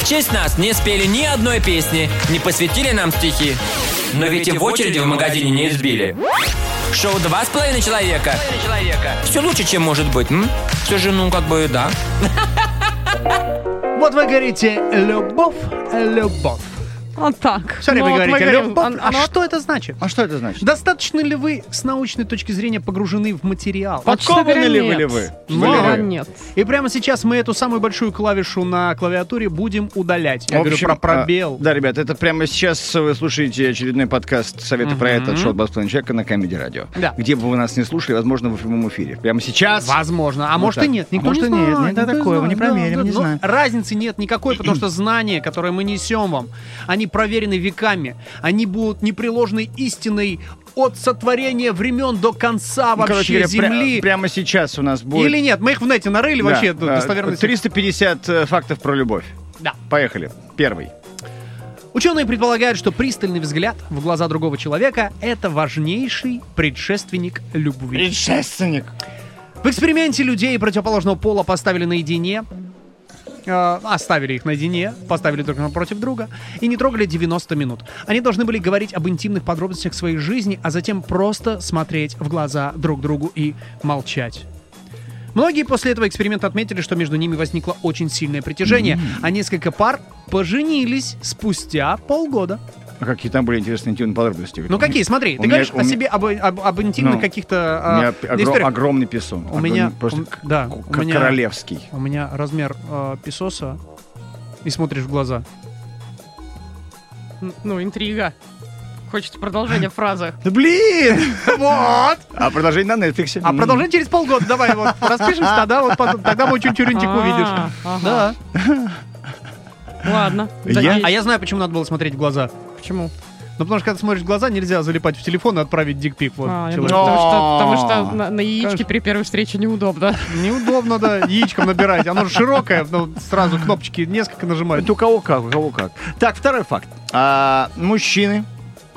В честь нас не спели ни одной песни, не посвятили нам стихи. Но ведь и в очереди в магазине не избили. Шоу «Два с половиной человека». Все лучше, чем может быть. М? Все же, ну, как бы, да. Вот вы говорите «любовь, любовь». Вот так. Все время Ну, вот мы говорите говорим, «любовь». он- А оно- что это значит? А что это значит? Достаточно ли вы с научной точки зрения погружены в материал? Вот, честно Подкованы говоря, ли нет. были вы? Ну, Были Да, вы? нет. И прямо сейчас мы эту самую большую клавишу на клавиатуре будем удалять. Я В говорю общем, про пробел. а, да, ребят, это прямо сейчас вы слушаете очередной подкаст «Советы про этот» шоу «Бастон человека» на Камеди Радио. Да. Где бы вы нас не слушали, возможно, вы в прямом эфире. Прямо сейчас. Возможно. А может так. и нет. А Никто может не и нет. знает. Не Никто такое, знает. не проверим, не но знаю. Разницы нет никакой, потому что знания, которые мы несем вам, они проверены веками. Они будут непреложной истиной от сотворения времен до конца Ну, вообще короче говоря, пря- Земли. прямо сейчас у нас будет... Или нет. Мы их в нете нарыли Да, вообще ну, а, достоверность. 350 э, фактов про любовь. Да. Поехали. Первый. Ученые предполагают, что пристальный взгляд в глаза другого человека – это важнейший предшественник любви. Предшественник. В эксперименте людей противоположного пола поставили наедине. э, Оставили их наедине, поставили друг напротив друга и не трогали 90 минут. Они должны были говорить об интимных подробностях своей жизни, а затем просто смотреть в глаза друг другу и молчать. Многие после этого эксперимента отметили, что между ними возникло очень сильное притяжение, а несколько пар поженились спустя полгода. А какие там были интересные интимные подробности? Ну какие, смотри, У ты меня- говоришь у о меня- себе, об, об- об интимных Ну, каких-то У меня а, огро- историях. огромный песок. У меня- Просто у- к- да, к- у к- меня- королевский. У меня размер э, песоса. И смотришь в глаза. Н- Ну, интрига. Хочется продолжение фразы. Да блин! Вот! А продолжение на Netflix. А продолжение через полгода. Давай вот распишемся, тогда вот потом- тогда мой тюнтюрюнтик А, увидишь. ага. Да. Ладно. Я- Да А есть. я знаю, почему надо было смотреть в глаза. Почему? Ну, потому что когда смотришь в глаза, нельзя залипать в телефон и отправить дикпик. Вот, А, я человеку. думаю, потому что- Потому Да. что на- на яичке Конечно. при первой встрече неудобно. Ну, Неудобно, да, яичком набирать. Оно же широкое, но сразу кнопочки несколько нажимают. Это у кого как, у кого как. Так, второй факт. А, мужчины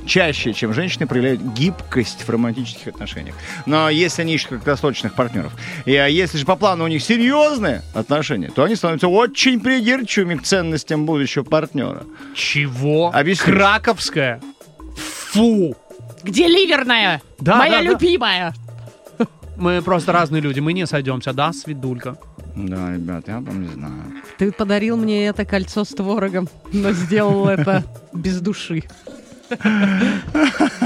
чаще, чем женщины, проявляют гибкость в романтических отношениях. Но если они ищут краткосрочных партнеров, и а, если же по плану у них серьезные отношения, то они становятся очень придирчивыми к ценностям будущего партнера. Чего? Объясни. Краковская. Фу! Где ливерная? Да, Моя да, да. любимая. Мы просто разные люди, мы не сойдемся, да, свидулька? Да, ребят, я вам не знаю. Ты подарил мне это кольцо с творогом, но сделал это без души.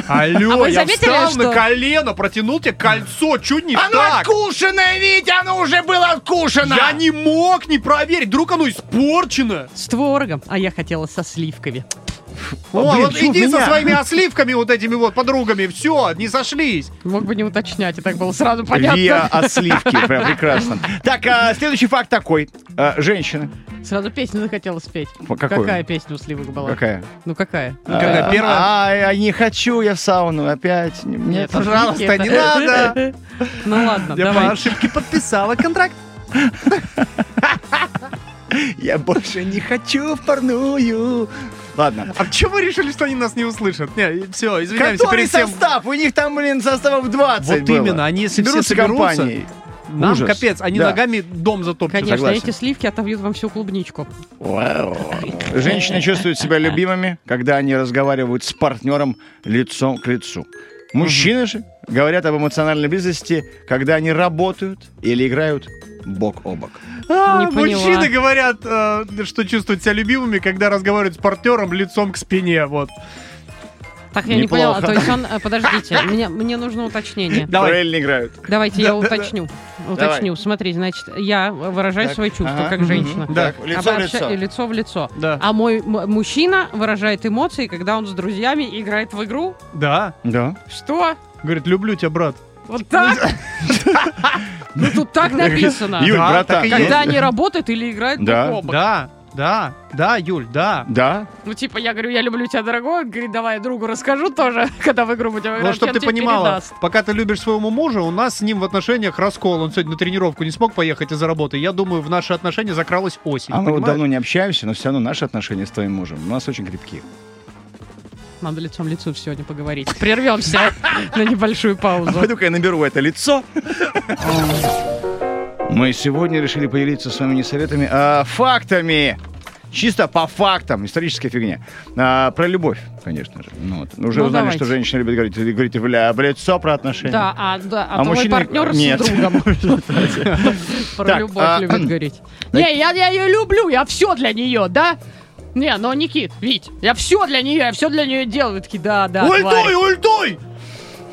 А Алло, вы я заметили, встал что- А ну на колено, протянул тебе кольцо, чуть не Оно так. откушенное, Витя, оно уже было откушено! Я не мог не проверить, вдруг оно испорчено. С творогом, а я хотела со сливками. О, блин, вот чё иди у со меня? своими осливками вот этими вот подругами, все, не сошлись. Мог бы не уточнять, и так было сразу понятно. Виа от сливки, прям прекрасно. Так, а, следующий факт такой. А, женщины. Сразу песню захотелось петь. Фу, какую? Какая песня у сливок была? Какая? Ну какая? Когда А, первая- А, я не хочу я в сауну опять. Мне, Нет, это пожалуйста, Никита. не надо. Ну ладно, Я по давай. ошибке подписала контракт. Я больше не хочу в парную. Ладно. А почему вы решили, что они нас не услышат? Не, все, извиняемся Который перед всем. состав? У них там, блин, составов 20 Вот было. именно, они если все Берутся соберутся, компанией. Нам Ужас. капец, они Да. ногами дом затопчут. Конечно, согласен. эти сливки отобьют вам всю клубничку. Вау. Женщины чувствуют себя любимыми, когда они разговаривают с партнером лицом к лицу. Мужчины же говорят об эмоциональной близости, когда они работают или играют бок о бок. А, Не поняла. мужчины говорят, э, что чувствуют себя любимыми, когда разговаривают с партнером лицом к спине. Вот. Так, я не Неплохо. поняла. То есть он... э, Подождите, мне- мне нужно уточнение. Давай. Правильно играют. Давайте я уточню. Уточню. Смотри, значит, я выражаю Так, свои чувства ага. как женщина. Мгм. Да. Так, лицо в Обобща- лицо. э, Лицо в лицо. Да. А мой м- мужчина выражает эмоции, когда он с друзьями играет в игру. Да. Да. Что? Говорит, люблю тебя, брат. Вот так? Ну тут так написано. Юль, Да, братан. так и ну- Когда они работают или играют Да. бок о бок. Да, да, да, Юль, да. Да. Ну, типа, я говорю, я люблю тебя, дорогой. Он говорит, давай я другу расскажу тоже, когда в игру будем играть. Ну, чтобы чем ты тебе понимала, передаст. пока ты любишь своего мужа, у нас с ним в отношениях раскол. Он сегодня на тренировку не смог поехать из-за работы. Я думаю, в наши отношения закралась осень. А мы вот понимаешь? давно не общаемся, но все равно наши отношения с твоим мужем у нас очень крепкие. Надо лицом к лицу сегодня поговорить. Прервемся на небольшую паузу. Пойду-ка я наберу это лицо. Мы сегодня решили поделиться с вами не советами, а фактами. Чисто по фактам, историческая фигня. А, про любовь, конечно же. Ну, вот. Уже Ну, узнали, давайте. что женщина любит говорить, вы говорите, бля, блядь, все про отношения. Да, а, да, а, А твой мужчины- партнер Нет. с другом про Так, любовь а, любит говорить. Не, я, я ее люблю, я все для нее, да? Не, но Никит, Вить, я все для нее, я все для нее делаю. Вы Такие, да, да, тварь. Ультой, ультой!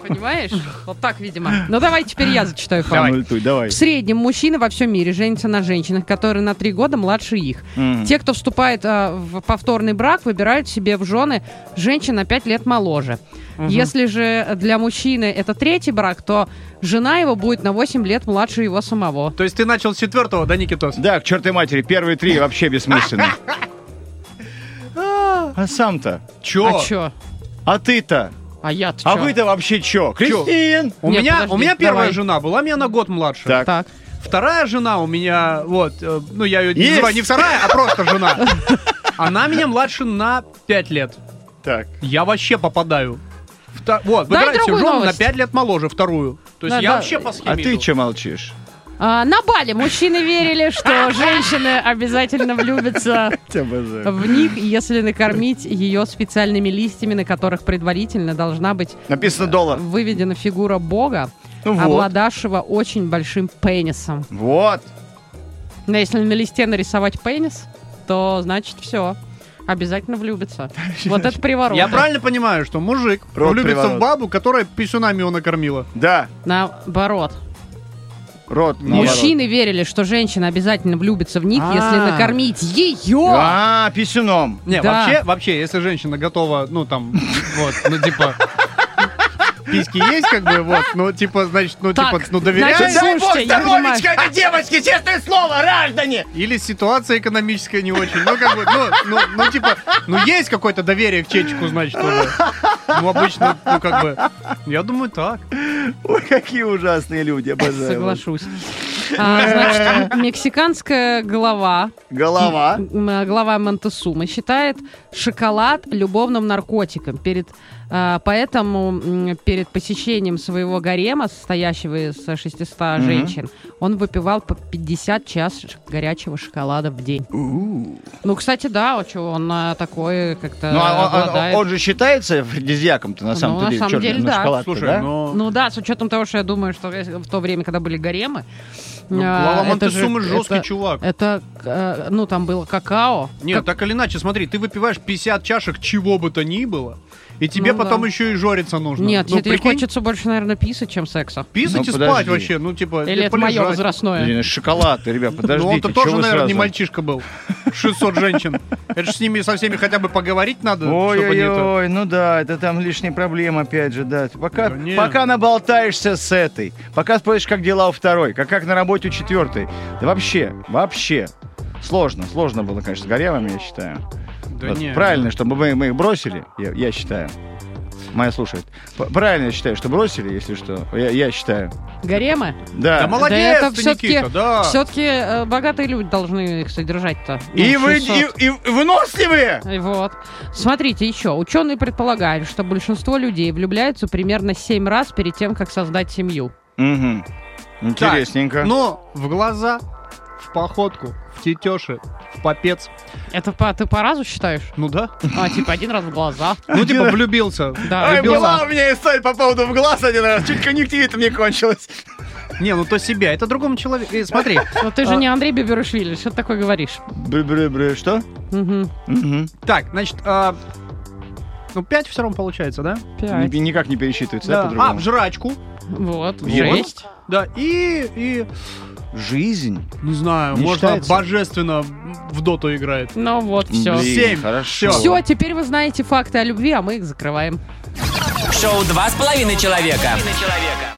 Понимаешь? Вот так, видимо. Ну давай теперь я зачитаю факт. Давай. ну, Ультуй, давай. В среднем мужчины во всем мире женятся на женщинах, которые на три года младше их. Мгм. Те, кто вступает э, в повторный брак, выбирают себе в жены женщин на пять лет моложе. Если же для мужчины это третий брак, то жена его будет на 8 лет младше его самого. То есть ты начал с четвертого, да, Никитос? Да, к чертой матери, первые три вообще бессмысленно. А сам-то? Чё? А чё? А ты-то? А я-то А чё? вы-то вообще чё? Кристин! У, Нет, меня, подожди, у меня первая давай. жена была мне на год младше. Так. Так. Вторая жена у меня, вот, э, ну я ее не Есть. называю не вторая, а просто жена. Она меня младше на 5 лет. Так. Я вообще попадаю. Вто- Вот, Дай выбирайте другую жену на новость. 5 лет моложе, вторую. То есть Да, я да. вообще по схеме А ты иду. чё молчишь? А, на Бали мужчины верили, что женщины обязательно влюбятся Тебя обожаю. в них, если накормить ее специальными листьями, на которых предварительно должна быть Написано доллар. выведена фигура бога, Ну вот. обладавшего очень большим пенисом. Вот. Но если на листе нарисовать пенис, то значит все. Обязательно влюбится. Вот это приворот. Я правильно понимаю, что мужик Рот влюбится в приворот. бабу, которая писюнами его накормила. Да. Наоборот. Рот. наоборот. Мужчины верили, что женщина обязательно влюбится в них, если А. накормить ее. А, писюном. Не, Да. вообще, вообще, если женщина готова, ну там, вот, ну типа... Письки есть, как бы, вот, ну, типа, значит, ну, Так, типа, ну, доверяй. значит, Дай бог Слушайте, я здоровечка понимаю. этой девочки, честное слово, граждане! Или ситуация экономическая не очень. Ну, как бы, ну, ну, ну, типа, ну, есть какое-то доверие к чечку, значит, уже. Ну, обычно, ну, как бы, я думаю, так. Ой, какие ужасные люди, обожаю. Соглашусь. А, значит, мексиканская голова Голова. М, э, глава Монтесумы считает шоколад любовным наркотиком. Перед, э, поэтому м, перед посещением своего гарема, состоящего из э, 600 женщин, он выпивал по 50 час ш- горячего шоколада в день. Ну, кстати, да, вот чё, он э, такой как-то Ну, а он- он, э, обладает. он же считается афродизиаком то на самом-то Ну, на деле. самом Чёрт, деле, ну, да. шоколад-то, да? ну... Ну да, с учетом того, что я думаю, что э, в то время, когда были гаремы, Ну, э, глава это же- Монтесумы жесткий это- чувак. Это, э, ну, там было какао. Нет, так или иначе, смотри, ты выпиваешь 50 чашек чего бы то ни было, и тебе Ну, потом да. еще и жориться нужно. Нет, ну, тебе хочется больше, наверное, писать, чем секса. Писать Ну, и спать подожди. вообще, ну, типа, Или это мое полежать. Блин, возрастное? это шоколад, ребят, подождите. ну, он-то чё тоже, вы наверное, не сразу? мальчишка был. 600 женщин. Это же с ними, со всеми хотя бы поговорить надо, чтобы они это... Ой-ой-ой, ну да, это там лишние проблемы опять же, да. Ты Пока, Да не. ну. пока наболтаешься с этой, пока спросишь, как дела у второй, как, как на работе у четвертой. Да вообще, вообще. Сложно, сложно было, конечно, с горелыми, я считаю. Да Вот не. ну. Правильно, чтобы мы, мы их бросили, я, я считаю. Моя слушает. П- Правильно я считаю, что бросили, если что. Я, я считаю. Гаремы? Да. Да да молодец это ты, все-таки, Никита, да. все-таки богатые люди должны их содержать-то. Ну, и, вы, 600. и- и выносливые! Вот. Смотрите, еще. Ученые предполагают, что большинство людей влюбляются примерно 7 раз перед тем, как создать семью. Мгм. Так, ну, Интересненько. Но в глаза, в походку, в тетеши, в попец. Это по, ты по разу считаешь? Ну да. А, типа один раз в глаза. Ну типа влюбился. Да, Ой, в глаза. была у меня история по поводу в глаз один раз. Чуть конъюнктивит мне кончилось. Не, ну то себя. Это другому человеку. Э, Смотри. Но ты же не Андрей Беберушвили, что ты такое говоришь? Бры-бры-бры, что? Мгм. Мгм. Так, значит, а, ну 5 все равно получается, да? Пять. Ни- Никак не пересчитывается, да, А, в по-другому? жрачку. Вот, Вот. жесть. Да, и, и, Жизнь. не знаю, Не можно считается? божественно в доту играет. Ну вот, все. Блин, Семь. Хорошо. Все, теперь вы знаете факты о любви, а мы их закрываем. Шоу «Два с половиной человека».